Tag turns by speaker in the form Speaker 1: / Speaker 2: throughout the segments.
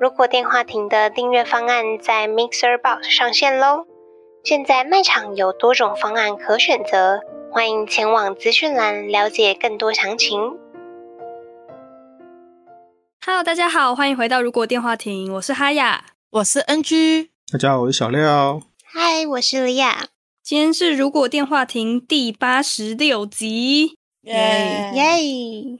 Speaker 1: 如果电话亭的订阅方案在 Mixer Box 上线喽。现在卖场有多种方案可选择，欢迎前往资讯栏了解更多详情。
Speaker 2: Hello，大家好，欢迎回到《如果电话亭》，我是哈雅。
Speaker 3: 我是 NG，
Speaker 4: 大家好，我是小廖。
Speaker 1: 嗨，我是李雅，
Speaker 2: 今天是《如果电话亭》第八十六集。耶
Speaker 1: 耶、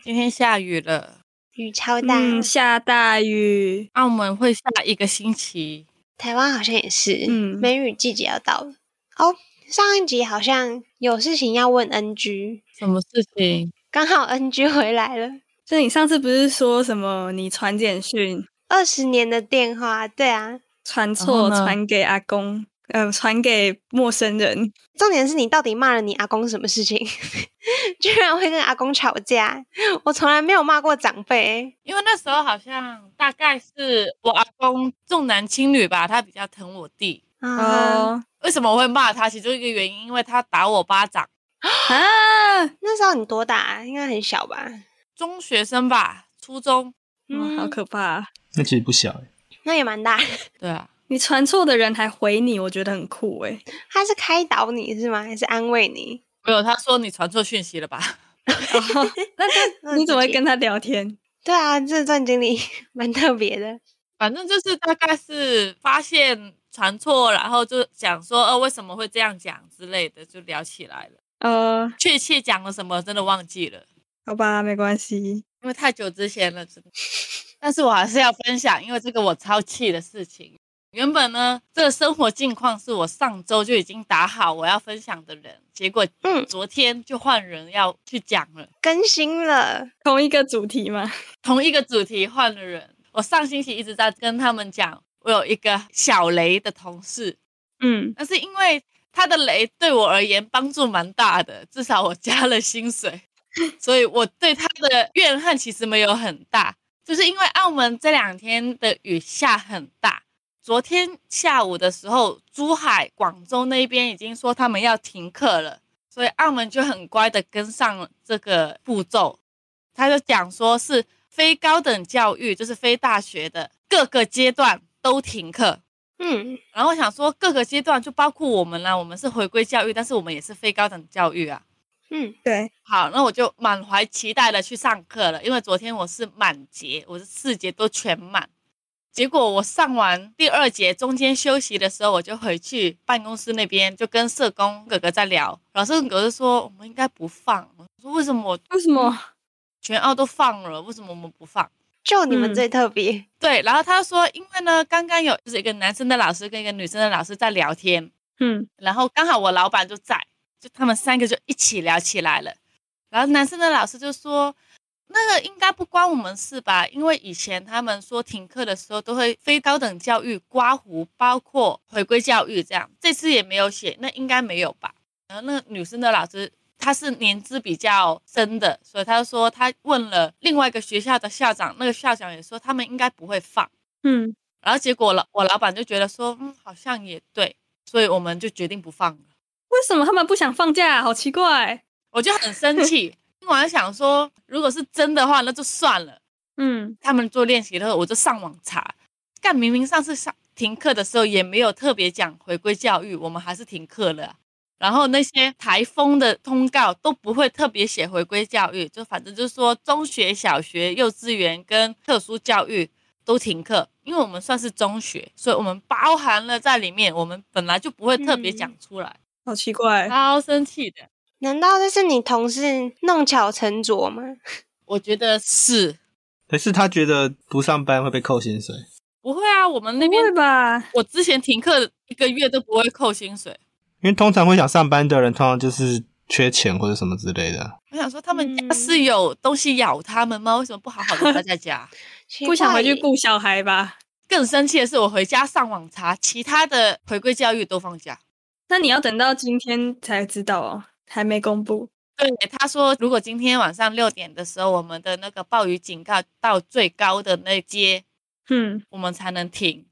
Speaker 3: 今天下雨了，
Speaker 1: 雨超大，
Speaker 2: 嗯，下大雨，
Speaker 3: 澳门会下一个星期。
Speaker 1: 台湾好像也是，
Speaker 2: 嗯
Speaker 1: 梅雨季节要到了。哦，上一集好像有事情要问 NG，
Speaker 3: 什么事情？
Speaker 1: 刚好 NG 回来了。
Speaker 2: 就你上次不是说什么你传简讯
Speaker 1: 二十年的电话，对啊，
Speaker 2: 传错，
Speaker 3: 然后呢
Speaker 2: 传给阿公，呃，传给陌生人，
Speaker 1: 重点是你到底骂了你阿公什么事情， 居然会跟阿公吵架？我从来没有骂过长辈，
Speaker 3: 因为那时候好像大概是我阿公重男轻女吧，他比较疼我弟。
Speaker 1: 啊，
Speaker 2: 哦
Speaker 3: 为什么我会骂他？其中一个原因，因为他打我巴掌。
Speaker 2: 啊，
Speaker 1: 那时候你多大？啊应该很小吧？
Speaker 3: 中学生吧，初中。
Speaker 1: 嗯
Speaker 2: 哇哦好可怕！
Speaker 4: 那其实不小、欸，
Speaker 1: 那也蛮大。
Speaker 3: 对啊，
Speaker 2: 你传错的人还回你，我觉得很酷欸诶。
Speaker 1: 他是开导你是吗？还是安慰你？
Speaker 3: 没有，他说你传错讯息了吧？
Speaker 2: 哦那
Speaker 1: 那
Speaker 2: 他你怎
Speaker 1: 嗯
Speaker 2: 么
Speaker 1: 自
Speaker 2: 会
Speaker 1: 己
Speaker 2: 跟他聊天？
Speaker 1: 对啊，这段经历 蛮特别的。
Speaker 3: 反正就是大概是发现传错，然后就讲说，呃，为什么会这样讲之类的，就聊起来了。
Speaker 2: 呃，
Speaker 3: 确切讲了什么，真的忘记了。
Speaker 2: 好吧，没关系。
Speaker 3: 因为太久之前了，真的。但是我还是要分享，因为这个我超气的事情。原本呢，这个生活近况是我上周就已经打好我要分享的人，结果
Speaker 1: 嗯
Speaker 3: 昨天就换人要去讲了，
Speaker 1: 更新了，
Speaker 2: 同一个主题嘛，
Speaker 3: 同一个主题换了人。我上星期一直在跟他们讲，我有一个小雷的同事，
Speaker 2: 嗯，
Speaker 3: 但是因为他的雷对我而言帮助蛮大的，至少我加了薪水，所以我对他的怨恨其实没有很大，就是因为澳门这两天的雨下很大。昨天下午的时候，珠海、广州那边已经说他们要停课了，所以澳门就很乖的跟上这个步骤。他就讲说是非高等教育，就是非大学的各个阶段都停课。
Speaker 1: 嗯，
Speaker 3: 然后我想说，各个阶段就包括我们啦，我们是回归教育，但是我们也是非高等教育啊。
Speaker 1: 嗯
Speaker 2: 对，
Speaker 3: 好，那我就满怀期待的去上课了，因为昨天我是满节，我是四节都全满。结果我上完第二节，中间休息的时候，我就回去办公室那边，就跟社工哥哥在聊。然后社工哥哥说，我们应该不放。我说为什么我
Speaker 2: 为什么？
Speaker 3: 全澳都放了，为什么我们不放？
Speaker 1: 就你们
Speaker 2: 嗯
Speaker 1: 最特别。
Speaker 3: 对，然后他说，因为呢，刚刚有就是一个男生的老师跟一个女生的老师在聊天，
Speaker 2: 嗯，
Speaker 3: 然后刚好我老板就在，就他们三个就一起聊起来了。然后男生的老师就说：“那个应该不关我们事吧？因为以前他们说停课的时候都会非高等教育、刮胡，包括回归教育这样，这次也没有写，那应该没有吧？”然后那个女生的老师她是年资比较深的，所以她就说她问了另外一个学校的校长，那个校长也说他们应该不会放。
Speaker 2: 嗯，
Speaker 3: 然后结果老我老板就觉得说，嗯，好像也对，所以我们就决定不放了。
Speaker 2: 为什么他们不想放假？好奇怪。
Speaker 3: 我就很生气，因为我在想说，如果是真的话，那就算了。
Speaker 2: 嗯，
Speaker 3: 他们做练习的时候，我就上网查，干明明上次上停课的时候也没有特别讲回归教育，我们还是停课了啊、然后那些台风的通告都不会特别写回归教育，就反正就是说中学、小学、幼稚园跟特殊教育都停课，因为我们算是中学，所以我们包含了在里面，我们本来就不会特别讲出来，
Speaker 2: 好奇怪。
Speaker 3: 超生气的。
Speaker 1: 难道这是你同事弄巧成拙吗？
Speaker 3: 我觉得是
Speaker 4: 还是他觉得不上班会被扣薪水？
Speaker 3: 不会啊，我们那
Speaker 2: 不
Speaker 3: 边
Speaker 2: 会吧？
Speaker 3: 我之前停课一个月都不会扣薪水。
Speaker 4: 因为通常会想上班的人，通常就是缺钱或者什么之类的。
Speaker 3: 我想说，他们
Speaker 1: 嗯
Speaker 3: 家是有东西咬他们吗？为什么不好好的待在家？
Speaker 1: 奇
Speaker 2: 不想回去
Speaker 1: 怪耶
Speaker 2: 顾小孩吧？
Speaker 3: 更生气的是，我回家上网查，其他的回归教育都放假。
Speaker 2: 那你要等到今天才知道哦，还没公布。
Speaker 3: 对，他说如果今天晚上六点的时候，我们的那个暴雨警告到最高的那阶，
Speaker 2: 嗯，
Speaker 3: 我们才能停。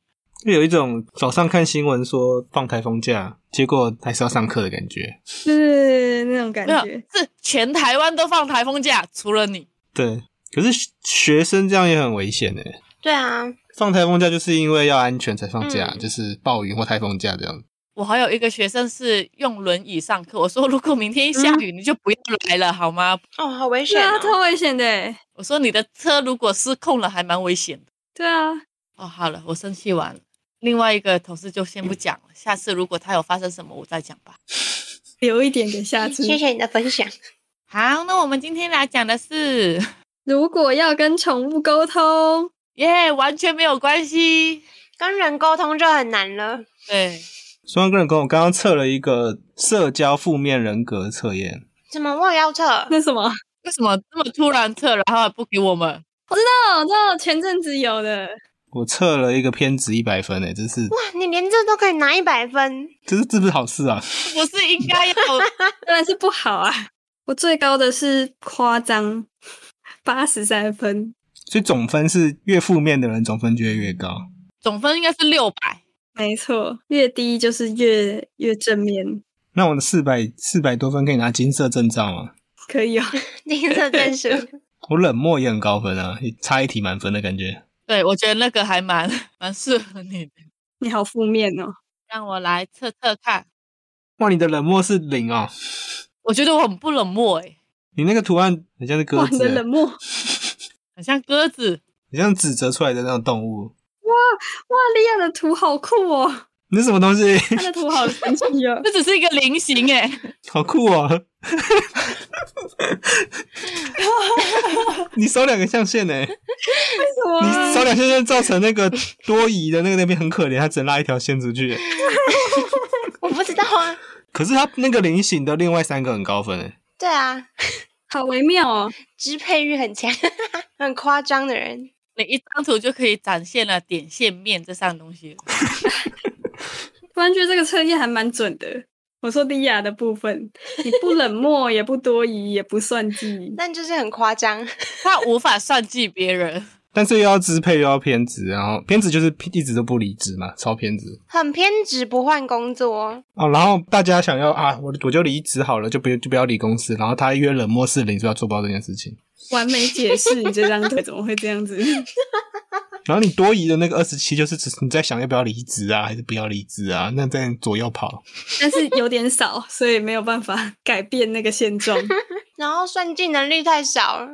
Speaker 4: 就有一种早上看新闻说放台风假，结果还是要上课的感觉。
Speaker 2: 就是那种感
Speaker 3: 没有，
Speaker 2: 觉。
Speaker 3: 是全台湾都放台风假，除了你。
Speaker 4: 对，可是学学生这样也很危险呢。
Speaker 5: 对啊，
Speaker 4: 放台风假就是因为要安全才放假，
Speaker 5: 嗯
Speaker 4: 就是暴雨或台风假这样。
Speaker 3: 我还有一个学生是用轮椅上课，我说如果明天一下
Speaker 2: 嗯
Speaker 3: 雨，你就不要来了好吗？
Speaker 5: 哦，好危
Speaker 2: 对
Speaker 5: 险、
Speaker 2: 啊，
Speaker 5: 哦！
Speaker 2: 超危险的欸。
Speaker 3: 我说你的车如果失控了，还蛮危险的。
Speaker 2: 对啊，
Speaker 3: 哦，好了，我生气完了。另外一个同事就先不讲了，下次如果他有发生什么，我再讲吧。
Speaker 2: 留一点给下次。
Speaker 5: 谢谢你的分享。
Speaker 3: 好，那我们今天来讲的是，
Speaker 2: 如果要跟宠物沟通，
Speaker 3: 耶、完全没有关系。
Speaker 5: 跟人沟通就很难了，
Speaker 3: 对，
Speaker 4: 双方个人跟我刚刚测了一个社交负面人格测验，
Speaker 5: 怎么我也要 测？
Speaker 2: 那什么？
Speaker 3: 为什么这么突然撤，然后还不给我们？
Speaker 2: 哦，我知道前阵子有的，
Speaker 4: 我测了一个偏执一百分诶，这是
Speaker 5: 你连这都可以拿一百 分，
Speaker 4: 这是这不是好事啊？
Speaker 3: 不是应该要？
Speaker 2: 当然是不好 啊。我最高的是夸张，八十三分。
Speaker 4: 所以总分是越负面的人总分就会越高。
Speaker 3: 总分应该是六百。
Speaker 2: 没错，越低就是越越正面，
Speaker 4: 那我的四百四百多分可以拿金色证照吗？
Speaker 2: 可以哦。
Speaker 5: 金色证书。
Speaker 4: 我冷漠也很高分啊，差一题满分的感觉。
Speaker 3: 对，我觉得那个还蛮 蛮适合你的。
Speaker 2: 你好负面哦，
Speaker 3: 让我来测测看，
Speaker 4: 哇，你的冷漠是零哦，
Speaker 3: 我觉得我很不冷漠哎诶、
Speaker 4: 你那个图案很像是鸽
Speaker 2: 哇，你
Speaker 4: 子
Speaker 2: 的
Speaker 4: 欸，
Speaker 2: 冷漠，哇，
Speaker 3: 很像鸽子。
Speaker 4: 很像指责出来的那种动物。
Speaker 2: 莉亚的图好酷哦，
Speaker 4: 你是什么东西？
Speaker 2: 她的图好神奇哦。
Speaker 3: 这只是一个菱形哎诶、
Speaker 4: 好酷 哦！你手两个 象限呢？你
Speaker 2: 为什么啊？
Speaker 4: 手两个象限造成那个多疑的那个那边很可怜，它只能拉一条线出去。
Speaker 5: 我不知道啊。
Speaker 4: 可是它那个菱形的另外三个很高分欸诶，
Speaker 5: 对啊，
Speaker 2: 好微妙哦。
Speaker 5: 支配欲很强，很夸张的人。，
Speaker 3: 你一张图就可以展现了点、线、面这三个东西了。
Speaker 2: 突然觉得这个测验还蛮准的。我说莉亚的部分，你不冷漠，也不多疑，也不算计
Speaker 5: 但就是很夸张。
Speaker 3: 他无法算计别人，
Speaker 4: 但是又要支配又要偏执，然后偏执就是一直都不离职嘛，超偏执
Speaker 5: 很偏执，不换工作，
Speaker 4: 哦。然后大家想要啊，我我就离职好了，就不就不要理公司。然后他约冷漠是零，就要做爆这件事情。
Speaker 2: 完美解释你这张腿怎么会这样子？
Speaker 4: 然后你多疑的那个二十七，就是只你在想要不要离职啊，还是不要离职啊？那在左右跑。
Speaker 2: 但是有点少，所以没有办法改变那个现状。
Speaker 5: 然后算计能力太少了，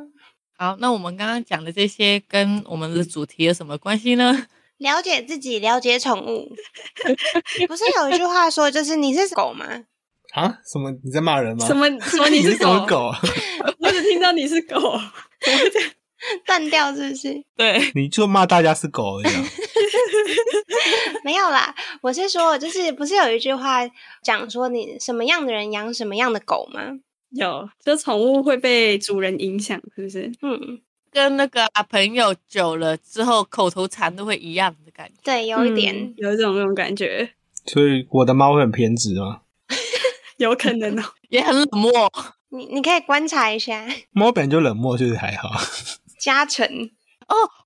Speaker 3: 好，那我们刚刚讲的这些跟我们的主题有什么关系呢？
Speaker 5: 了解自己，了解宠物。 不是有一句话说，就是你是狗吗？
Speaker 4: 啊？什么？你在骂人吗？
Speaker 2: 什么什么？你
Speaker 4: 是
Speaker 2: 是
Speaker 4: 什么？狗？
Speaker 2: 我只听到你是狗，
Speaker 5: 断掉是不是？
Speaker 3: 对，
Speaker 4: 你就骂大家是狗而已啊、
Speaker 5: 没有啦，我是说，就是不是有一句话讲说你什么样的人养什么样的狗吗？
Speaker 2: 有就宠物会被主人影响，是不是？
Speaker 5: 嗯，
Speaker 3: 跟那个啊朋友久了之后口头禅都会一样的感觉。
Speaker 5: 对，有一点。
Speaker 2: 嗯有一种那种感觉，
Speaker 4: 所以我的猫会很偏执吗？
Speaker 2: 有可能哦。
Speaker 3: 也很冷漠，
Speaker 5: 你你可以观察一下，
Speaker 4: 猫本来就冷漠，就是还好。
Speaker 5: 加成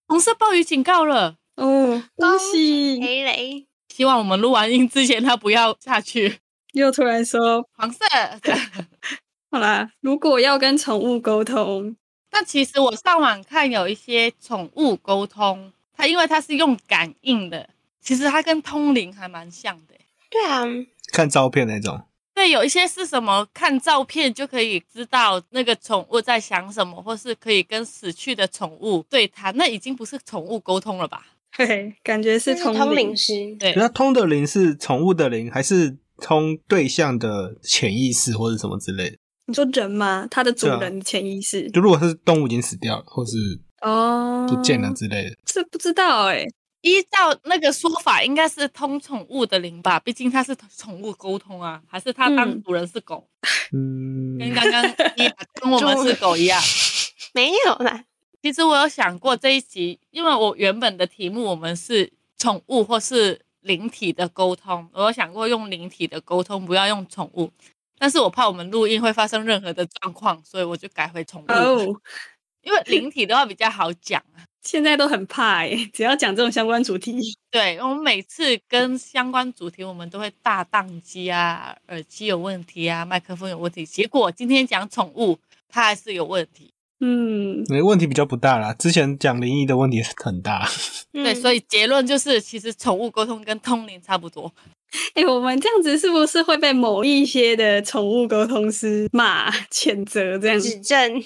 Speaker 3: 红色暴雨警告了，
Speaker 2: 哦，恭喜！
Speaker 5: 雷雷，
Speaker 3: 希望我们录完音之前它不要下去。
Speaker 2: 又突然说
Speaker 3: 黄 色，
Speaker 2: 好啦，如果要跟宠物沟通，
Speaker 3: 但其实我上网看有一些宠物沟通，它因为它是用感应的，其实它跟通灵还蛮像的欸。
Speaker 5: 对啊，
Speaker 4: 看照片那种，
Speaker 3: 对，有一些是什么看照片就可以知道那个宠物在想什么，或是可以跟死去的宠物对谈，那已经不是宠物沟通了吧？
Speaker 2: 嘿嘿，感觉
Speaker 5: 这
Speaker 1: 嗯
Speaker 2: 是
Speaker 5: 是
Speaker 2: 通
Speaker 5: 通
Speaker 2: 灵
Speaker 5: 灵。师，
Speaker 3: 对
Speaker 4: 可，它通的灵是宠物的灵，还是通对象的潜意识或者什么之类的？
Speaker 2: 你说人吗？它的主
Speaker 4: 对啊
Speaker 2: 人的潜意识、
Speaker 4: 就如果是动物已经死掉了，或是
Speaker 2: 哦，
Speaker 4: 不见了之类的，
Speaker 2: 这不知道哎、
Speaker 3: 依照那个说法，应该是通宠物的灵吧？毕竟它是宠物沟通啊，还是它当
Speaker 2: 嗯
Speaker 3: 主人是狗，
Speaker 4: 嗯，
Speaker 3: 跟刚刚你跟我们是狗一样。
Speaker 5: 没有啦，
Speaker 3: 其实我有想过这一集，因为我原本的题目我们是宠物或是灵体的沟通。我有想过用灵体的沟通，不要用宠物，但是我怕我们录音会发生任何的状况，所以我就改回宠物，
Speaker 2: 哦，
Speaker 3: 因为灵体的话比较好讲啊。
Speaker 2: 现在都很怕哎、只要讲这种相关主题，
Speaker 3: 对我们每次跟相关主题，我们都会大宕机啊，耳机有问题啊，麦克风有问题。结果今天讲宠物，它还是有问题。
Speaker 2: 嗯，
Speaker 4: 那问题比较不大啦。之前讲灵异的问题很大，
Speaker 3: 对，
Speaker 1: 嗯
Speaker 5: 嗯。
Speaker 3: 所
Speaker 2: 以
Speaker 3: 以结论就是，其实宠物沟通跟通灵差不多。
Speaker 2: 哎、我们这样子是不是会被某一些的宠物沟通师骂、 谴责这样？
Speaker 1: 指正，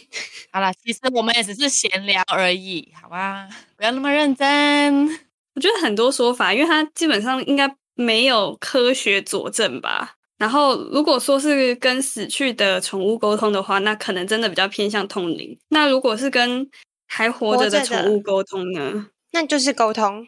Speaker 3: 好啦，其实我们也只是闲聊而已，好吧？ 不要那么认真。
Speaker 2: 我觉得很多说法，因为它基本上应该没有科学佐证吧。然后，如果说是跟死去的宠物沟通的话，那可能真的比较偏向通灵。那如果是跟还活着的
Speaker 1: 活着的
Speaker 2: 宠物沟通呢？
Speaker 1: 那就是沟通。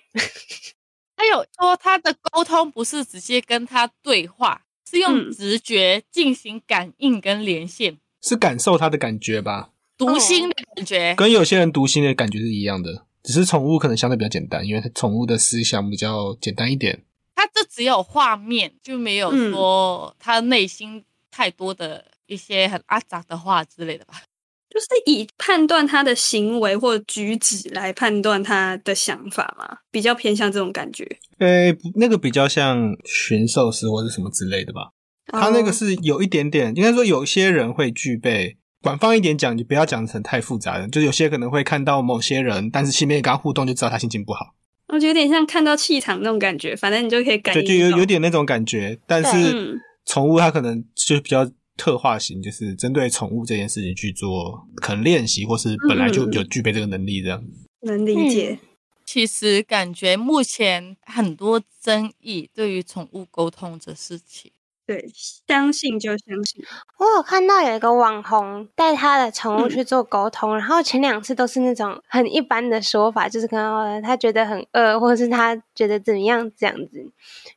Speaker 3: 他有说他的沟通不是直接跟他对话，是用
Speaker 2: 嗯
Speaker 3: 直觉进行感应跟连线，
Speaker 4: 是感受它的感觉吧，
Speaker 3: 读心的
Speaker 2: 哦
Speaker 3: 感觉。
Speaker 4: 跟有些人读心的感觉是一样的，只是宠物可能相对比较简单，因为它宠物的思想比较简单一点。
Speaker 3: 他就只有画面，就没有
Speaker 2: 嗯
Speaker 3: 说他内心太多的一些很阿杂的话之类的吧。
Speaker 2: 就是以判断他的行为或举止来判断他的想法嘛，比较偏向这种感觉。
Speaker 4: 诶、不那个比较像驯兽师或者什么之类的吧。它那个
Speaker 2: 哦
Speaker 4: 是有一点点，应该说有些人会具备。广泛一点讲，就不要讲成太复杂的。就有些可能会看到某些人，但是心里面跟他互动就知道他心情不好，
Speaker 2: 哦我觉得有点像看到气场那种感觉，反正你就可以感
Speaker 4: 就
Speaker 2: 应
Speaker 4: 就有
Speaker 2: 到
Speaker 4: 有点那种感觉。但是
Speaker 2: 嗯
Speaker 4: 宠物它可能就是比较特化型，就是针对宠物这件事情去做可能练习，或是本来就
Speaker 2: 嗯
Speaker 4: 有具备这个能力这样。
Speaker 2: 能理解。
Speaker 1: 嗯
Speaker 3: 其实感觉目前很多争议对于宠物沟通这事情。
Speaker 2: 对，相信就相信。
Speaker 1: 我有看到有一个网红带他的宠物
Speaker 2: 嗯
Speaker 1: 去做沟通，然后前两次都是那种很一般的说法，就是可能呃他觉得很饿，或者是他觉得怎么样这样子。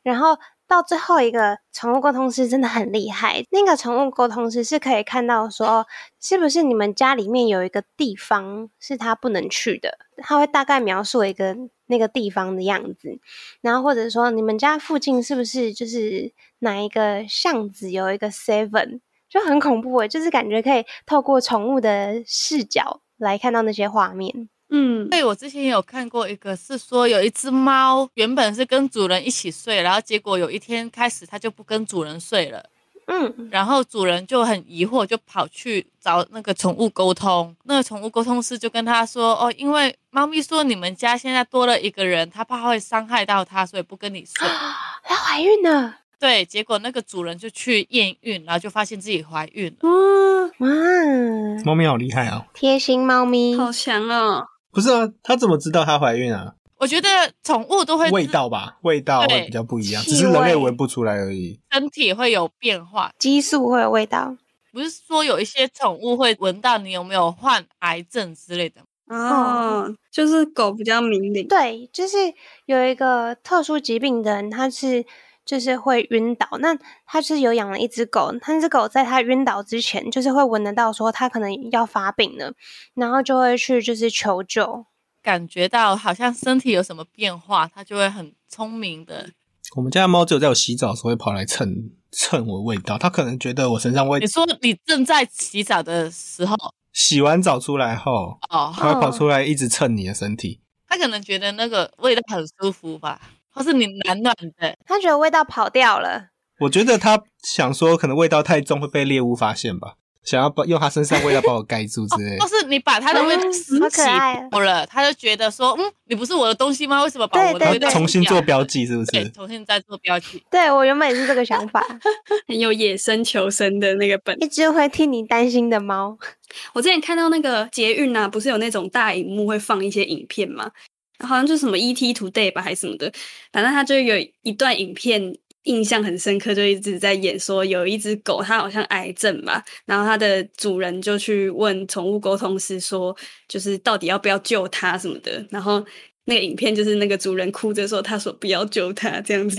Speaker 1: 然后到最后一个宠物沟通师真的很厉害，那个宠物沟通师是可以看到说，哦是不是你们家里面有一个地方是他不能去的，他会大概描述一个那个地方的样子，然后或者说你们家附近是不是就是哪一个巷子有一个 Seven。就很恐怖诶，就是感觉可以透过宠物的视角来看到那些画面。
Speaker 2: 嗯，
Speaker 3: 对，我之前有看过一个，是说有一只猫原本是跟主人一起睡，然后结果有一天开始它就不跟主人睡了，
Speaker 1: 嗯，
Speaker 3: 然后主人就很疑惑，就跑去找那个宠物沟通。那个宠物沟通师就跟他说：“哦，因为猫咪说你们家现在多了一个人，它怕会伤害到它，所以不跟你睡。
Speaker 1: 她怀孕了，
Speaker 3: 对，结果那个主人就去验孕，然后就发现自己怀孕了。
Speaker 2: 哇，
Speaker 1: 哇，
Speaker 4: 猫咪好厉害啊！
Speaker 1: 贴心猫咪，
Speaker 2: 好强哦！
Speaker 4: 不是啊，它怎么知道它怀孕啊？
Speaker 3: 我觉得宠物都会
Speaker 4: 味
Speaker 3: 自
Speaker 4: 道吧，味道
Speaker 3: 对
Speaker 4: 会比较不一样，
Speaker 1: 气
Speaker 4: 只是人类
Speaker 1: 味
Speaker 4: 闻不出来而已。
Speaker 3: 身体会有变化，
Speaker 1: 激素会有味道。
Speaker 3: 不是说有一些宠物会闻到你有没有患癌症之类的吗。
Speaker 2: 哦，就是狗比较敏感，
Speaker 1: 对，就是有一个特殊疾病的人，他是就是会晕倒。那他是有养了一只狗，那只狗在他晕倒之前，就是会闻得到说他可能要发病了，然后就会去就是求救。
Speaker 3: 感觉到好像身体有什么变化，它就会很聪明的。
Speaker 4: 我们家的猫只有在我洗澡的时候会跑来蹭 蹭我味道，它可能觉得我身上味
Speaker 3: 你。说你正在洗澡的时候，
Speaker 4: 洗完澡出来后，
Speaker 3: 哦，
Speaker 4: 它会跑出来一直蹭你的身体。
Speaker 3: 他可能觉得那个味道很舒服吧，或是你暖暖的，
Speaker 1: 他觉得味道跑掉了，
Speaker 4: 我觉得它想说，可能味道太重会被猎物发现吧，想要把用它身上味道把我盖住之类
Speaker 3: 哦 或。是你把他的味道
Speaker 1: 嗯
Speaker 3: 洗
Speaker 1: 好可爱啊
Speaker 3: 走了，他就觉得说，嗯，你不是我的东西吗？为什么把
Speaker 1: 对
Speaker 3: 我的
Speaker 4: 然
Speaker 3: 味道
Speaker 4: 后
Speaker 3: 洗
Speaker 4: 重新做
Speaker 3: 掉
Speaker 4: 标记，是不
Speaker 3: 对，
Speaker 4: 是？
Speaker 3: 重新再做标记。
Speaker 1: 对我原本也是这个想法。
Speaker 2: 很有野生求生的那个本
Speaker 1: 一只会替你担心的猫。
Speaker 2: 我之前看到那个捷运啊，不是有那种大荧幕会放一些影片吗？好像就是什么 ET Today 吧，还是什么的，反正他就有一段影片印象很深刻，就一直在演说有一只狗，它好像癌症吧，然后它的主人就去问宠物沟通师说，就是到底要不要救它什么的，然后那个影片就是那个主人哭着说，他说不要救它这样子，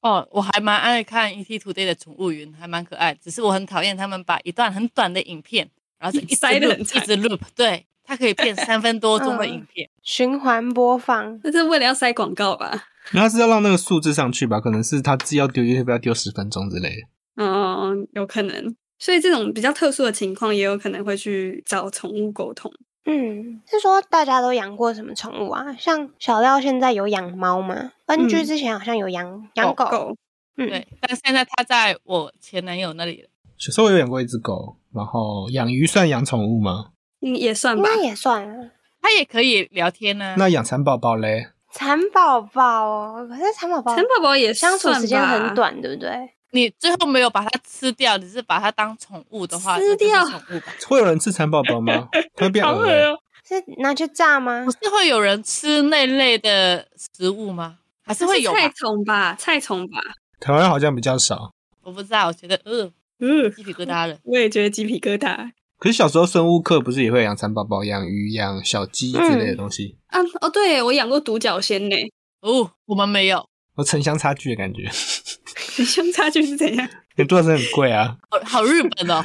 Speaker 3: 哦，我还蛮爱看 ET Today 的宠物云，还蛮可爱。只是我很讨厌他们把一段很短的影片，然后就一直
Speaker 2: 塞得
Speaker 3: loop，
Speaker 2: 很嗯
Speaker 3: 一
Speaker 2: 长
Speaker 3: 直 loop，对，它可以骗三分多钟的影片。
Speaker 1: 循环播放，
Speaker 2: 那是为了要塞广告吧？
Speaker 4: 然后他是要让那个数字上去吧？可能是他自己要丢 YouTube 要丢十分钟之类的。
Speaker 2: 嗯，有可能。所以这种比较特殊的情况，也有可能会去找宠物沟通。
Speaker 1: 嗯，是说大家都养过什么宠物啊？像小廖现在有养猫吗？NG
Speaker 2: 嗯
Speaker 1: 之前好像有养养狗，
Speaker 2: 狗
Speaker 1: 嗯，
Speaker 3: 对，但现在它在我前男友那里了。
Speaker 4: 小时候我有养过一只狗，然后养鱼算养宠物吗？
Speaker 2: 嗯也算
Speaker 1: 应
Speaker 2: 吧
Speaker 1: 该。也算啊。
Speaker 3: 它也可以聊天啊呢、
Speaker 4: 那养蚕宝宝嘞？
Speaker 1: 蚕宝宝哦，可是蚕宝宝
Speaker 2: 蚕宝宝也
Speaker 1: 相处
Speaker 2: 算
Speaker 1: 时间
Speaker 2: 吧
Speaker 1: 很，短，对不对？
Speaker 3: 你最后没有把它吃掉，你是把它当宠物的话，
Speaker 2: 吃
Speaker 3: 那就是
Speaker 2: 掉
Speaker 3: 宠物吧？
Speaker 4: 会有人吃蚕宝宝吗？它会变
Speaker 2: 好
Speaker 4: 恶
Speaker 2: 恶
Speaker 4: 欸、
Speaker 2: 哦、
Speaker 1: 是拿去炸吗
Speaker 3: 不？是会有人吃那类的食物吗？还是
Speaker 2: 它
Speaker 3: 会有吧
Speaker 2: 菜虫吧？菜虫吧？
Speaker 4: 台湾好像比较少。
Speaker 3: 我不知道，我觉得呃，
Speaker 2: 嗯，
Speaker 3: 鸡皮疙瘩了。
Speaker 2: 我也觉得鸡皮疙瘩。
Speaker 4: 可是小时候生物课不是也会养蚕宝宝、养鱼、养小鸡之类的东西？
Speaker 2: 啊，哦，对，我养过独角仙呢。
Speaker 3: 哦，我们没有，
Speaker 4: 有城乡差距的感觉，
Speaker 2: 相差距是怎样？
Speaker 4: 你多少很贵啊？
Speaker 3: 好好日本哦。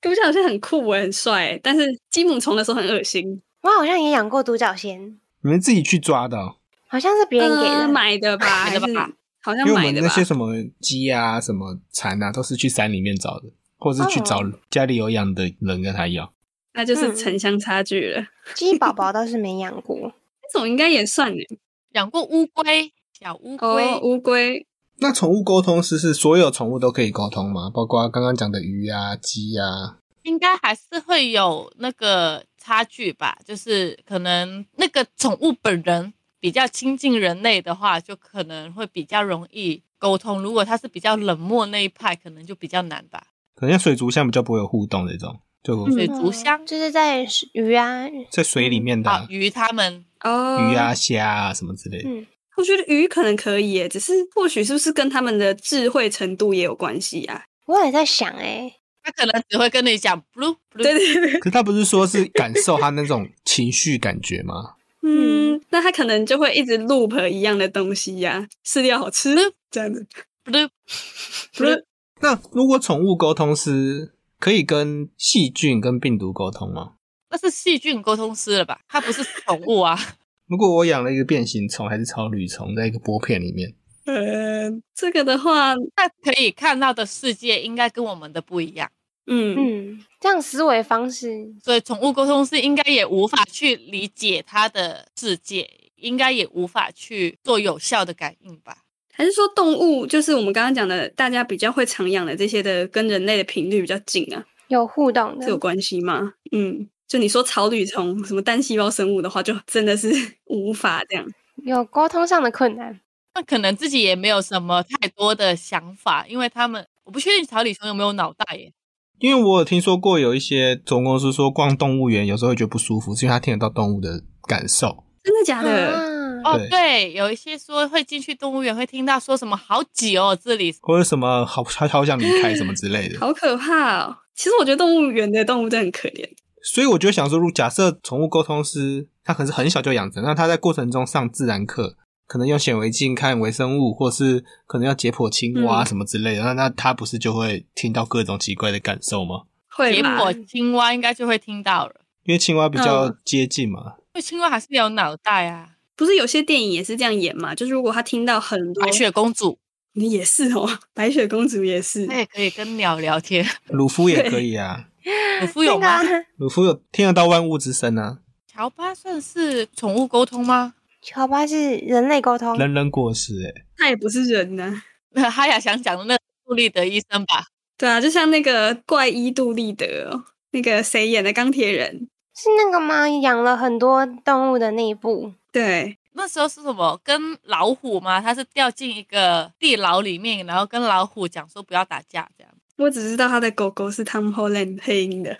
Speaker 2: 独角仙很酷，我很帅欸，但是鸡母虫的时候很恶心。
Speaker 1: 我好像也养过独角仙，
Speaker 4: 你们自己去抓的哦、
Speaker 1: 好像是别人给的。
Speaker 2: 呃买的吧？
Speaker 3: 买的吧
Speaker 2: 还是？好
Speaker 4: 因
Speaker 2: 像
Speaker 4: 为我
Speaker 2: 买
Speaker 4: 们
Speaker 2: 的
Speaker 4: 那
Speaker 2: 吧？
Speaker 4: 些什么鸡啊、什么蚕啊，都是去山里面找的，或者是去找家里有养的人跟他要。
Speaker 2: 那就是
Speaker 1: 嗯
Speaker 2: 城乡差距了。
Speaker 1: 鸡宝宝倒是没养 过，
Speaker 2: 这种应该也算欸
Speaker 3: 养过乌龟，小乌龟，
Speaker 2: 哦，乌龟
Speaker 4: 那宠物沟通师是所有宠物都可以沟通吗？包括刚刚讲的鱼啊、鸡啊，
Speaker 3: 应该还是会有那个差距吧。就是可能那个宠物本人比较亲近人类的话，就可能会比较容易沟通；如果它是比较冷漠那一派，可能就比较难吧。
Speaker 4: 可能像水族箱比较不会有互动这种，就
Speaker 2: 嗯
Speaker 3: 水族箱、
Speaker 1: 就是在鱼啊，
Speaker 4: 在水里面的
Speaker 3: 啊
Speaker 4: 啊、
Speaker 3: 鱼它们
Speaker 2: 哦，
Speaker 4: 鱼啊、虾啊什么之类的。
Speaker 1: 嗯，
Speaker 2: 我觉得鱼可能可以耶，只是或许是不是跟他们的智慧程度也有关系啊？
Speaker 1: 我也在想哎、
Speaker 3: 它可能只会跟你讲 blue
Speaker 2: 对
Speaker 3: blue，
Speaker 2: 对对，
Speaker 4: 可是他不是说是感受他那种情绪感觉吗？
Speaker 2: 嗯，那它可能就会一直 loop 一样的东西呀、饲料好吃这样子，
Speaker 3: blue
Speaker 2: 不是
Speaker 4: 那如果宠物沟通师可以跟细菌、跟病毒沟通吗？
Speaker 3: 那是细菌沟通师了吧？它不是宠物啊。
Speaker 4: 如果我养了一个变形虫还是草履虫在一个玻片里面，
Speaker 2: 呃，这个的话，
Speaker 3: 那可以看到的世界应该跟我们的不一样，
Speaker 2: 嗯，
Speaker 1: 嗯，这样思维方式，
Speaker 3: 所以宠物沟通师应该也无法去理解它的世界，应该也无法去做有效的感应吧。
Speaker 2: 还是说动物就是我们刚刚讲的，大家比较会常养的这些的，跟人类的频率比较近啊，
Speaker 1: 有互动
Speaker 2: 这有
Speaker 1: 的，
Speaker 2: 关系吗？嗯，就你说草履虫什么单细胞生物的话，就真的是 无法这样。
Speaker 1: 有沟通上的困难。
Speaker 3: 那可能自己也没有什么太多的想法，因为他们我不确定草履虫有没有脑袋耶。
Speaker 4: 因为我有听说过有一些总公司说逛动物园有时候会觉得不舒服，是因为他听得到动物的感受。
Speaker 2: 真的假的？
Speaker 1: 啊，
Speaker 3: 哦，
Speaker 4: 对
Speaker 3: 对，有一些说会进去动物园会听到说什么好挤哦，这里
Speaker 4: 或者什么好好好想离开什么之类的，
Speaker 2: 好可怕哦！其实我觉得动物园的动物真的很可怜。
Speaker 4: 所以我就想说，如果假设宠物沟通师他可能是很小就养成，那他在过程中上自然课，可能用显微镜看微生物，或是可能要解剖青蛙
Speaker 2: 嗯
Speaker 4: 什么之类的，那那他不是就会听到各种奇怪的感受吗？
Speaker 2: 会
Speaker 3: 结
Speaker 2: 吧？
Speaker 3: 果青蛙应该就会听到了，
Speaker 4: 因为青蛙比较
Speaker 2: 嗯
Speaker 4: 接近嘛，
Speaker 3: 因为青蛙还是有脑袋啊。
Speaker 2: 不是有些电影也是这样演嘛？就是如果他听到很多
Speaker 3: 白，雪公主，
Speaker 1: 嗯
Speaker 2: 你也是哦， 白雪公主也是
Speaker 3: 她，也可以跟鸟 聊天，
Speaker 4: 鲁夫也可以啊，
Speaker 3: 鲁夫有吗？
Speaker 1: 那个
Speaker 4: 鲁夫有听得到万物之声啊，
Speaker 3: 乔巴算是宠物沟通吗？
Speaker 1: 乔巴是人类沟
Speaker 2: 哦
Speaker 1: 通，
Speaker 4: 人人果实、欸，
Speaker 2: 他也不是人呢、
Speaker 3: 那 哈雅想讲的那个杜立德医生吧，
Speaker 2: 对啊，就像那个怪医杜立德、哦，那个谁演的钢铁人？
Speaker 1: 是那个吗？养了很多动物的那一部，
Speaker 2: 对，
Speaker 3: 那时候是什么？跟老虎吗？他是掉进一个地牢里面，然后跟老虎讲说不要打架这样。
Speaker 2: 我只知道他的狗狗是 Tom Holland 配音的。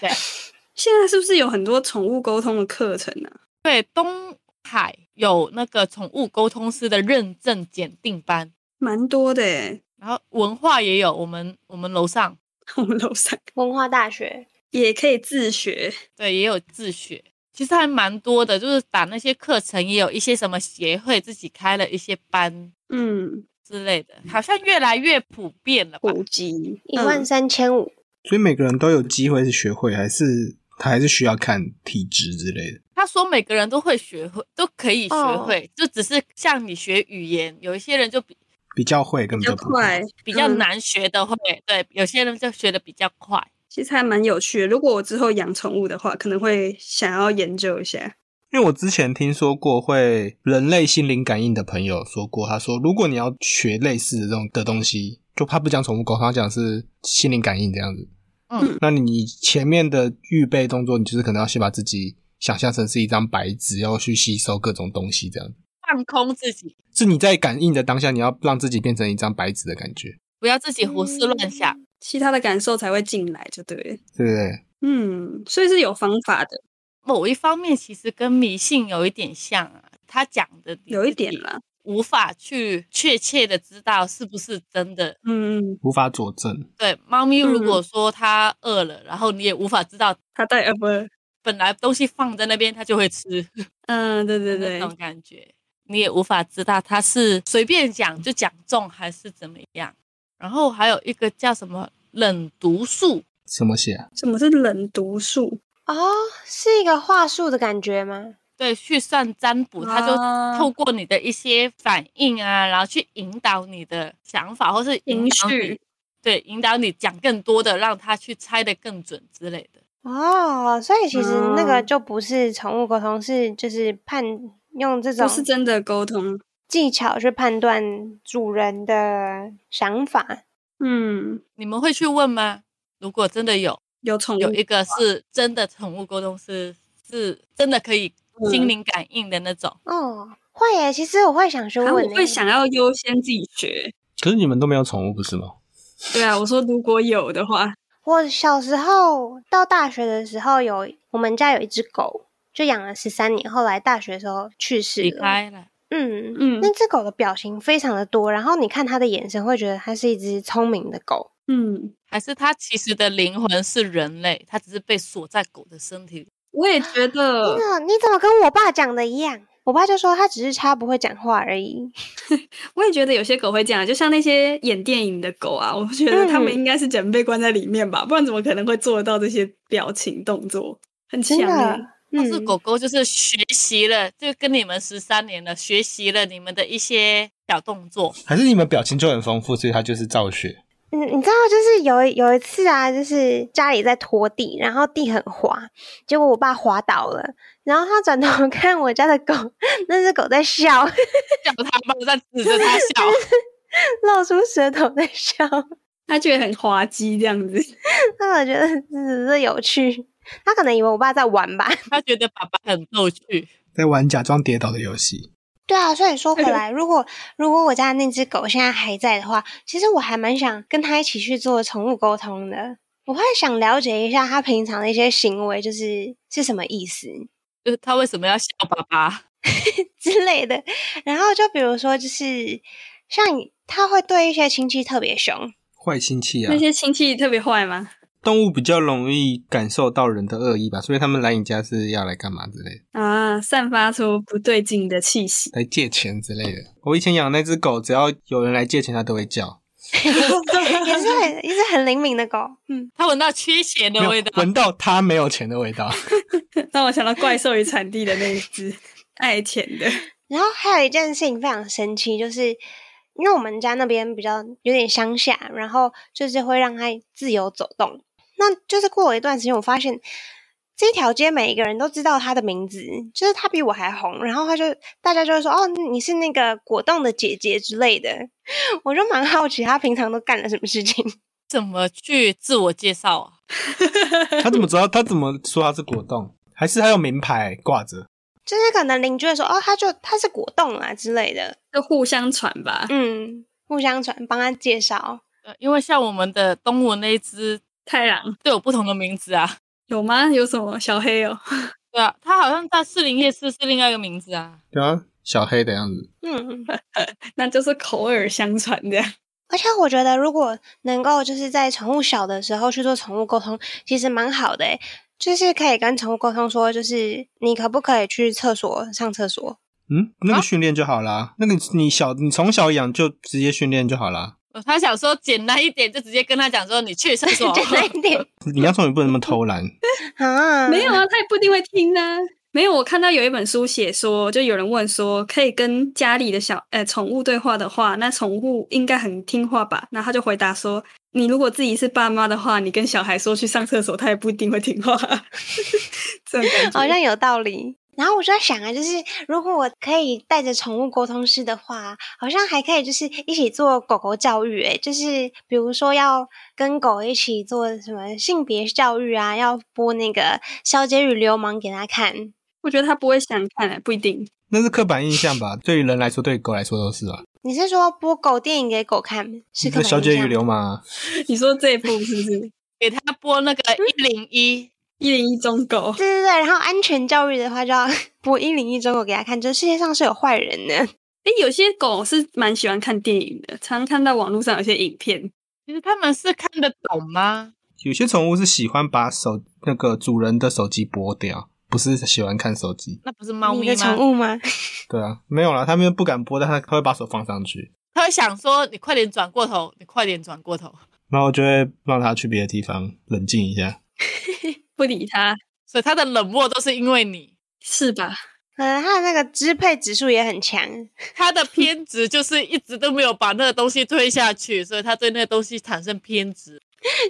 Speaker 3: 对
Speaker 2: 现在是不是有很多宠物沟通的课程啊？
Speaker 3: 对，东海有那个宠物沟通师的认证检定班，
Speaker 2: 蛮多的耶，
Speaker 3: 然后文化也有，我们我们楼上
Speaker 2: 我们楼上
Speaker 1: 文化大学。
Speaker 2: 也可以自学。
Speaker 3: 对也有自学。其实还蛮多的，就是打那些课程，也有一些什么协会自己开了一些班
Speaker 2: 嗯，
Speaker 3: 之类的，好像越来越普遍了吧？
Speaker 2: 普及
Speaker 1: 一万
Speaker 2: 嗯
Speaker 1: 三千五，
Speaker 4: 所以每个人都有机会去学会，还是他还是需要看体质之类的。
Speaker 3: 他说每个人都会学会，都可以学
Speaker 1: 哦
Speaker 3: 会，就只是像你学语言，有一些人就比
Speaker 4: 比较会跟
Speaker 2: 比
Speaker 4: 比
Speaker 2: 较
Speaker 4: 较不会
Speaker 2: 快，，
Speaker 3: 比较
Speaker 1: 嗯
Speaker 3: 难学的会，对，有些人就学的比较快。
Speaker 2: 其实还蛮有趣的。如果我之后养宠物的话，可能会想要研究一下。
Speaker 4: 因为我之前听说过会人类心灵感应的朋友说过，他说如果你要学类似的这种的东西，就他不讲宠物沟通，他讲是心灵感应这样子。
Speaker 3: 嗯，
Speaker 4: 那你前面的预备动作，你就是可能要先把自己想象成是一张白纸，要去吸收各种东西，这样
Speaker 3: 放空自己，
Speaker 4: 是你在感应的当下，你要让自己变成一张白纸的感觉，
Speaker 3: 不要自己胡思
Speaker 2: 嗯
Speaker 3: 乱想。
Speaker 2: 其他的感受才会进来，就对了。
Speaker 4: 对不对？
Speaker 2: 嗯，所以是有方法的，
Speaker 3: 某一方面其实跟迷信有一点像啊，他讲的你
Speaker 2: 有一
Speaker 3: 自
Speaker 2: 点
Speaker 3: 己
Speaker 2: 啦。嗯
Speaker 3: 无法去确切的知道是不是真的。
Speaker 2: 嗯，
Speaker 4: 无法佐证。
Speaker 3: 对，猫咪如
Speaker 2: 嗯
Speaker 3: 果说它饿了，然后你也无法知道，
Speaker 2: 他
Speaker 1: 嗯
Speaker 2: 带呃不，
Speaker 3: 本来东西放在那边它就会吃，
Speaker 2: 嗯，对对
Speaker 3: 那
Speaker 2: 对，
Speaker 3: 种感觉，你也无法知道它是随便讲就讲中还是怎么样。然后还有一个叫什么冷毒素，
Speaker 4: 什么写、啊？
Speaker 2: 什么是冷毒素？
Speaker 1: 哦，是一个话术的感觉吗？
Speaker 3: 对，去算占卜，它就
Speaker 2: 啊
Speaker 3: 透过你的一些反应啊，然后去引导你的想法，或是引
Speaker 2: 情
Speaker 3: 导你
Speaker 2: 绪，
Speaker 3: 对，引导你讲更多的，让他去猜的更准之类的。
Speaker 1: 哦，所以其实那个
Speaker 2: 嗯
Speaker 1: 就不是宠物沟通，是就是判用这种
Speaker 2: 不是真的沟通。
Speaker 1: 技巧去判断主人的想法。
Speaker 2: 嗯，
Speaker 3: 你们会去问吗？如果真的有
Speaker 2: 有宠物
Speaker 3: 有一个是真的宠物沟通师，是真的可以
Speaker 2: 嗯
Speaker 3: 心灵感应的那种，
Speaker 1: 哦，会耶，其实我会想去
Speaker 2: 啊
Speaker 1: 问耶、欸
Speaker 2: 我会想要优先自己学。
Speaker 4: 可是你们都没有宠物，不是吗？
Speaker 2: 对啊，我说如果有的话，
Speaker 1: 我小时候到大学的时候有，我们家有一只狗，就养了十三年，后来大学的时候去世
Speaker 3: 离
Speaker 1: 了。
Speaker 3: 开了。
Speaker 1: 嗯
Speaker 2: 嗯
Speaker 1: 那只狗的表情非常的多，然后你看它的眼神，会觉得它是一只聪明的狗。
Speaker 2: 嗯，
Speaker 3: 还是他其实的灵魂是人类，他只是被锁在狗的身体里。
Speaker 2: 我也觉得
Speaker 3: 呃
Speaker 1: 真的，你怎么跟我爸讲的一样？我爸就说他只是差不会讲话而已。
Speaker 2: 我也觉得有些狗会这样，就像那些演电影的狗啊，我觉得他们
Speaker 1: 嗯
Speaker 2: 应该是整被关在里面吧，不然怎么可能会做得到这些表情动作？很强
Speaker 1: 真
Speaker 2: 欸、
Speaker 1: 的，
Speaker 3: 但是
Speaker 1: 嗯
Speaker 3: 狗狗就是学习了，就跟你们十三年了，学习了你们的一些小动作。
Speaker 4: 还是你们表情就很丰富，所以它就是照学。
Speaker 1: 嗯，你知道，就是有一有一次啊，就是家里在拖地，然后地很滑，结果我爸滑倒了，然后他转头 看我家的狗，那只狗在笑，
Speaker 3: 叫他妈在指着他笑，
Speaker 1: 露出舌头在笑，
Speaker 2: 它觉得很滑稽这样子。
Speaker 1: 那我觉得这这有趣。他可能以为我爸在玩吧。
Speaker 3: 他觉得爸爸很逗趣。
Speaker 4: 在玩假装跌倒的游戏，
Speaker 1: 对啊，所以 说回来，如果如果我家那只狗现在还在的话，其实我还蛮想跟它一起去做宠物沟通的。我会想了解一下它平常的一些行为，就是是什么意思。
Speaker 3: 就是他为什么要笑爸爸？
Speaker 1: 之类的。然后就比如说，就是像你他会对一些亲戚特别凶，
Speaker 4: 坏亲戚啊
Speaker 2: 那，些亲戚特别坏吗？
Speaker 4: 动物比较容易感受到人的恶意吧，所以他们来你家是要来干嘛之类的，
Speaker 2: 啊，散发出不对劲的气息。
Speaker 4: 来借钱之类的。我以前养那只狗，只要有人来借钱，它都会叫，
Speaker 1: 也是很也是很灵敏的狗。嗯，
Speaker 3: 他闻到缺钱的
Speaker 4: 没
Speaker 3: 味
Speaker 4: 有
Speaker 3: 道，
Speaker 4: 闻到它没有钱的味道。
Speaker 2: 让我想到《怪兽与产地》的那一 只爱钱的，
Speaker 1: 然后还有一件事情非常神奇，就是因为我们家那边比较有点乡下，然后就是会让它自由走动。那就是过了一段时间，我发现。这条街每一个人都知道他的名字，就是他比我还红，然后他就大家就会说哦，你是那个果冻的姐姐之类的， 我就蛮好奇他平常都干了什么事情。
Speaker 3: 怎么去自我介绍啊？
Speaker 4: 它怎么知道？它怎么说它是果冻？还是它有名牌挂着？
Speaker 1: 就是可能邻居会说哦，他就他是果冻啊之类的，
Speaker 2: 就互相传吧。
Speaker 1: 嗯，互相传帮他介绍。
Speaker 3: 呃因为像我们的东吴那一只
Speaker 2: 太郎
Speaker 3: 都有不同的名字啊。
Speaker 2: 有吗？有什么小黑哦？
Speaker 3: 对啊，它好像在士林夜市是另外一个名字啊。
Speaker 4: 对啊，小黑的样子。
Speaker 1: 嗯，
Speaker 2: 那就是口耳相传这样。
Speaker 1: 而且我觉得如果能够就是在宠物小的时候去做宠物沟通，其实蛮好的诶，欸就是可以跟宠物沟通说，就是你可不可以去厕所上厕所？
Speaker 4: 嗯，那
Speaker 3: 啊
Speaker 4: 个训练就好啦。那个你小你从小养就直接训练就好啦。
Speaker 3: 呃他想说简单一点，就直接跟他讲说你去厕
Speaker 2: 哦
Speaker 3: 所
Speaker 5: 简单一 点
Speaker 4: 你要说你不能那么偷懒，
Speaker 1: 啊，
Speaker 2: 没有啊，他也不一定会听啊。没有，我看到有一本书写说，就有人问说，可以跟家里的小呃宠物对话的话，那宠物应该很听话吧？然后他就回答说，你如果自己是爸妈的话，你跟小孩说去上厕所，他也不一定会听话。 这种感觉
Speaker 1: 好像有道理。然后我就在想啊，就是如果我可以带着宠物沟通师的话，好像还可以就是一起做狗狗教育、欸，就是比如说要跟狗一起做什么性别教育啊，要播那个《小姐与流氓》给他看。
Speaker 2: 我觉得他不会想看、欸，不一定。
Speaker 4: 那是刻板印象吧？对于人来说，对于狗来说都是啊。
Speaker 1: 你是说播狗电影给狗看？是刻板
Speaker 4: 小姐
Speaker 1: 印
Speaker 4: 与
Speaker 1: 象
Speaker 4: 流氓啊，
Speaker 2: 你说这一部是不是
Speaker 3: 给他播那个一零一，
Speaker 2: 一零一忠狗？
Speaker 1: 对对对，然后安全教育的话就要 播一零一中狗给他看，这世界上是有坏人的。
Speaker 2: 诶，有些狗是蛮喜欢看电影的，常看到网络上有些影片。
Speaker 3: 其实他们是看得懂吗？
Speaker 4: 有些宠物是喜欢把手那个主人的手机拨掉，不是喜欢看手机。
Speaker 3: 那不是猫
Speaker 1: 你
Speaker 3: 咪
Speaker 1: 的
Speaker 3: 吗
Speaker 1: 宠？物吗？
Speaker 4: 对啊，没有啦，他们不敢拨，但他他会把手放上去，
Speaker 3: 他会想说你快点转过头，你快点转过头，
Speaker 4: 然后我就会让它去别的地方冷静一下。
Speaker 2: 不理它，
Speaker 3: 所以他的冷漠都是因为你，
Speaker 2: 是吧？
Speaker 1: 可能呃它的那个支配指数也很强。
Speaker 3: 他的偏执就是一直都没有把那个东西推下去，所以他对那个东西产生偏执。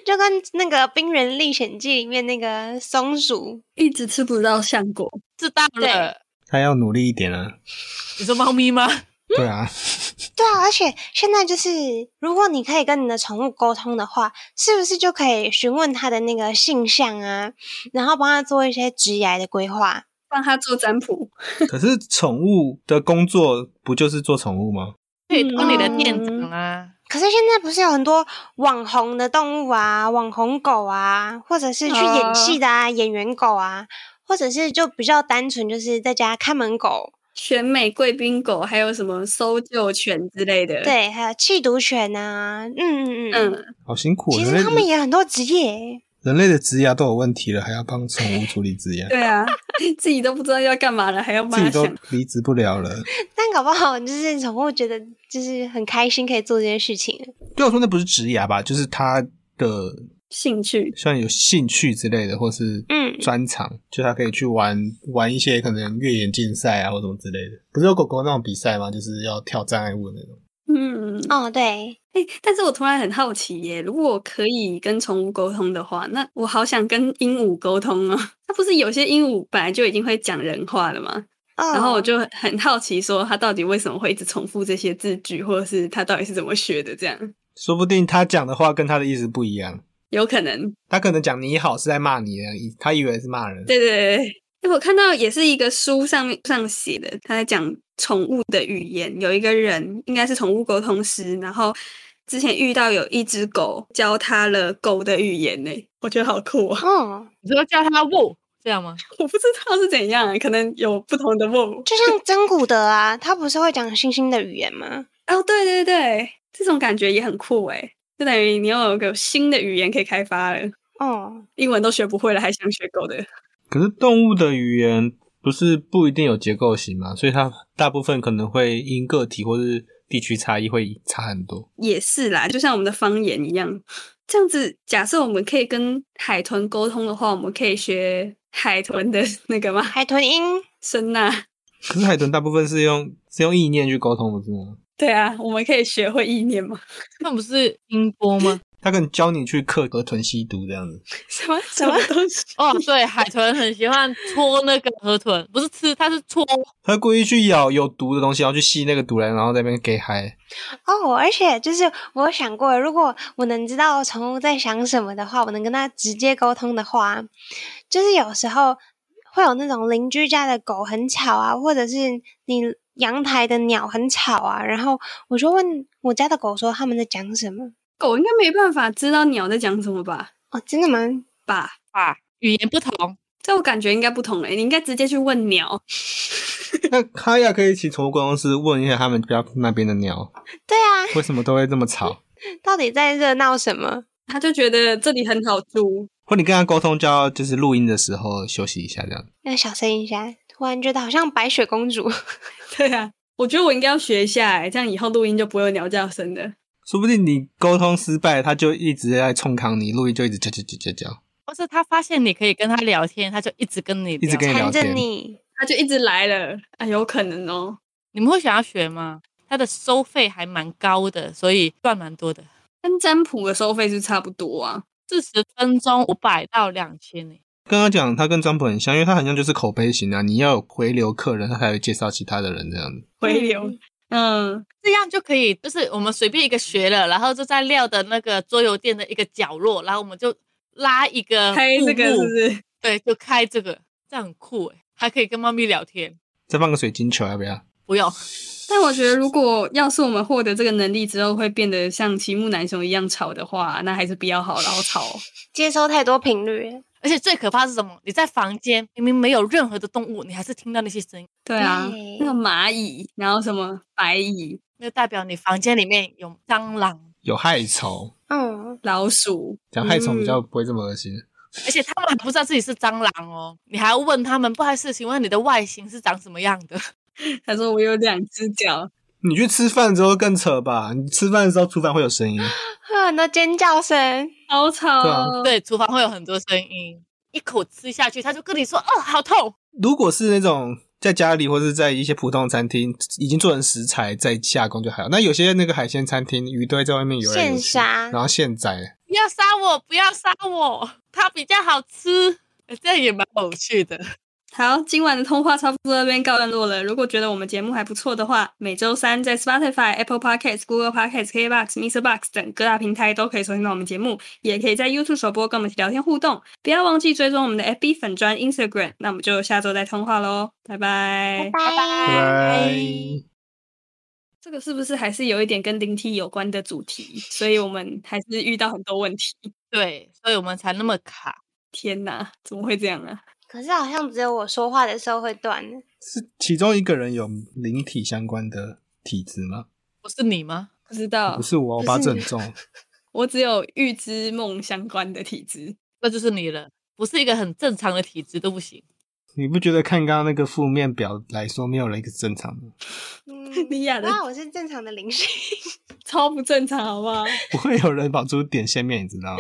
Speaker 1: 就跟那个《冰原历险记》里面那个松鼠，
Speaker 2: 一直吃不到橡果，
Speaker 3: 知道
Speaker 1: 对
Speaker 3: 了，
Speaker 4: 它要努力一点啊。
Speaker 3: 你说猫咪吗？
Speaker 4: 对啊，
Speaker 1: 对啊，而且现在就是，如果你可以跟你的宠物沟通的话，是不是就可以询问它的那个性向啊，然后帮它做一些职涯的规划？
Speaker 2: 帮它做占卜。
Speaker 4: 可是宠物的工作不就是做宠物吗？
Speaker 3: 可以当你的
Speaker 1: 嗯
Speaker 3: 店长啊。
Speaker 1: 可是现在不是有很多网红的动物啊，网红狗啊，或者是去演
Speaker 2: 哦
Speaker 1: 戏的啊，演员狗啊，或者是就比较单纯就是在家看门狗，
Speaker 2: 选美贵宾狗，还有什么搜救犬之类的。，
Speaker 1: 对，还有弃毒犬啊，嗯嗯嗯，
Speaker 2: 嗯，
Speaker 4: 好辛苦哦，
Speaker 1: 其
Speaker 4: 人
Speaker 1: 实他们
Speaker 4: 类
Speaker 1: 也很多职业欸、
Speaker 4: 人类的植牙都有问题了，还要帮宠物处理植 牙，
Speaker 2: 对啊，自己都不知道要干嘛了，还要帮
Speaker 4: 自己
Speaker 2: 它
Speaker 4: 都
Speaker 2: 想。
Speaker 4: 离职不了了。
Speaker 1: 但搞不好就是宠物觉得就是很开心可以做这些事情，
Speaker 4: 对我说那不是植牙吧，就是它的
Speaker 2: 兴趣
Speaker 4: 像有兴趣之类的，或是
Speaker 1: 嗯
Speaker 4: 专长，就它可以去玩玩一些可能越野竞赛啊，或什么之类的。不是有狗狗那种比赛吗？就是要跳障碍物的那种。
Speaker 2: 嗯，
Speaker 1: 哦，对，
Speaker 2: 哎、但是我突然很好奇耶，如果我可以跟宠物沟通的话，那我好想跟鹦鹉沟通哦。 它不是有些鹦鹉本来就已经会讲人话了吗？
Speaker 1: 哦、
Speaker 2: 然后我就很好奇，说它到底为什么会一直重复这些字句，或者是它到底是怎么学的？这样
Speaker 4: 说不定它讲的话跟它的意思不一样，
Speaker 2: 有可能
Speaker 4: 它可能讲你好是在骂你的意，它以为是骂人。
Speaker 2: 对对对对，因为我看到也是一个书上面上写的，他在讲宠物的语言，有一个人应该是宠物沟通师，然后之前遇到有一只狗教他了狗的语言呢，我觉得好酷啊！
Speaker 1: 哦，
Speaker 3: 你说叫他喔这样吗？
Speaker 2: 我不知道是怎样，啊可能有不同的 w
Speaker 1: 就像真古德啊，他不是会讲星星的语言吗？
Speaker 2: 哦，对对对，这种感觉也很酷诶，就等于你又有个新的语言可以开发了，
Speaker 1: 哦，
Speaker 2: 英文都学不会了，还想学狗的。
Speaker 4: 可是动物的语言不是不一定有结构型嘛，所以它大部分可能会因个体或是地区差异会差很多。
Speaker 2: 也是啦，就像我们的方言一样。这样子，假设我们可以跟海豚沟通的话，我们可以学海豚的 那个吗？
Speaker 1: 海豚音，
Speaker 2: 声呐。
Speaker 4: 可是海豚大部分是用是用意念去沟通，不是吗？
Speaker 2: 对啊，我们可以学会意念吗？
Speaker 3: 那不是音波吗？
Speaker 4: 它可能教你去克河豚吸毒这样子。
Speaker 2: 什么
Speaker 1: 什
Speaker 2: 什
Speaker 1: 么
Speaker 2: 么东西？
Speaker 3: 哦，对，海豚很喜欢戳那个河豚，不是吃，它是戳。
Speaker 4: 他故意去咬有毒的东西，然后去吸那个毒来，然后在那边给嗨。
Speaker 1: 哦，而且就是我有想过，如果我能知道宠物在想什么的话，我能跟它直接沟通的话，就是有时候会有那种邻居家的狗很吵啊，或者是你阳台的鸟很吵啊，然后我就问我家的狗说他们在讲什么。
Speaker 2: 狗应该没办法知道鸟在讲什么吧？
Speaker 1: 哦，真的吗？
Speaker 2: 吧？
Speaker 3: 啊，语言不同，
Speaker 2: 这我感觉应该不同了，你应该直接去问鸟。
Speaker 4: 那哈亚可以请宠物公司问一下他们家那边的鸟，
Speaker 1: 对啊，
Speaker 4: 为什么都会这么吵？
Speaker 1: 到底在热闹什么？
Speaker 2: 他就觉得这里很好住，
Speaker 4: 或你跟他沟通，就要就是录音的时候休息一下，这样
Speaker 1: 要小声一下，突然觉得好像白雪公主。
Speaker 2: 对啊，我觉得我应该要学一下、欸，这样以后录音就不会有鸟叫声的。
Speaker 4: 说不定你沟通失败，他就一直在冲康你，路易就一直叫叫叫叫叫，
Speaker 3: 或是他发现你可以跟他聊天，他就一直跟你
Speaker 4: 一直跟
Speaker 3: 天
Speaker 4: 你聊
Speaker 1: 缠着
Speaker 4: 天
Speaker 1: 你，
Speaker 2: 他就一直来了，啊，有可能哦。
Speaker 3: 你们会想要学吗？它的收费还蛮高的，所以赚蛮多的，
Speaker 2: 跟占卜的收费是差不多啊，
Speaker 3: 四十分钟五百到两千呢。
Speaker 4: 刚刚讲他跟占卜很像，因为他很像就是口碑型啊，你要有回流客人，他才会介绍其他的人这样子。
Speaker 2: 回流。嗯，
Speaker 3: 这样就可以，就是我们随便一个学了，然后就在料的那个桌游店的一个角落，然后我们就拉一个
Speaker 2: 开这个是
Speaker 3: 幕
Speaker 2: 不是？
Speaker 3: 对，就开这个，这样很酷诶，还可以跟猫咪聊天，
Speaker 4: 再放个水晶球要不要？
Speaker 3: 不用。
Speaker 2: 但我觉得，如果要是我们获得这个能力之后，会变得像齐木楠雄一样吵的话，那还是比较好，然后吵。
Speaker 1: 接收太多频率了，
Speaker 3: 而且最可怕是什么？你在房间明明没有任何的动物，你还是听到那些声音，
Speaker 2: 对啊，
Speaker 1: 对
Speaker 2: 那个蚂蚁，然后什么白蚁、
Speaker 3: 那就代表你房间里面有蟑螂，
Speaker 4: 有害虫，
Speaker 1: 嗯，
Speaker 2: 老鼠，
Speaker 4: 讲害虫比较不会这么恶心。
Speaker 3: 而且他们还不知道自己是蟑螂哦，你还要问他们，不好意思，请问你的外形是长什么样的？
Speaker 2: 他说我有两只脚，
Speaker 4: 你去吃饭之后更扯吧，你吃饭的时候厨房会有声音，
Speaker 1: 会有很多尖叫声，
Speaker 2: 好吵
Speaker 4: 对啊
Speaker 2: 哦。
Speaker 3: 对，厨房会有很多声音，一口吃下去，他就跟你说，哦，好痛。
Speaker 4: 如果是那种在家里或是在一些普通的餐厅已经做成食材再加工就还好，那有些那个海鲜餐厅鱼都会在外面游来游
Speaker 1: 现
Speaker 4: 去，
Speaker 1: 杀
Speaker 4: 然后现宰，
Speaker 3: 不要杀我！不要杀我！它比较好吃，呃这样也蛮有趣的。
Speaker 2: 好，今晚的通话差不多到这边告段落了。如果觉得我们节目还不错的话，每周三在 Spotify、Apple Podcasts、Google Podcasts、KBox、Mr. Box 等各大平台都可以收听到我们节目，也可以在 YouTube 首播跟我们一起聊天互动。不要忘记追踪我们的 FB 粉专 Instagram。那我们就下周再通话喽，拜拜。
Speaker 1: 拜
Speaker 4: 拜
Speaker 1: 拜。
Speaker 4: 拜。
Speaker 2: 这个是不是还是有一点跟灵体有关的主题？所以我们还是遇到很多问题。
Speaker 3: 对，所以我们才那么卡。
Speaker 2: 天哪，怎么会这样啊？
Speaker 1: 可是好像只有我说话的时候会断，
Speaker 4: 是其中一个人有灵体相关的体质吗？
Speaker 3: 不是你吗？
Speaker 2: 不知道
Speaker 4: 不，是我，我
Speaker 1: 不
Speaker 4: 八
Speaker 1: 是
Speaker 4: 字很
Speaker 1: 你
Speaker 4: 重。
Speaker 2: 我只有预知梦相关的体质。
Speaker 3: 那就是你了。不是一个很正常的体质都不行。
Speaker 4: 你不觉得看刚刚那个负面表来说，没有人一个正常的？
Speaker 1: 嗯，
Speaker 2: 莉亚的
Speaker 1: 那我是正常的灵性，
Speaker 2: 超不正常，好不好？
Speaker 4: 不会有人跑出点线面，你知道吗？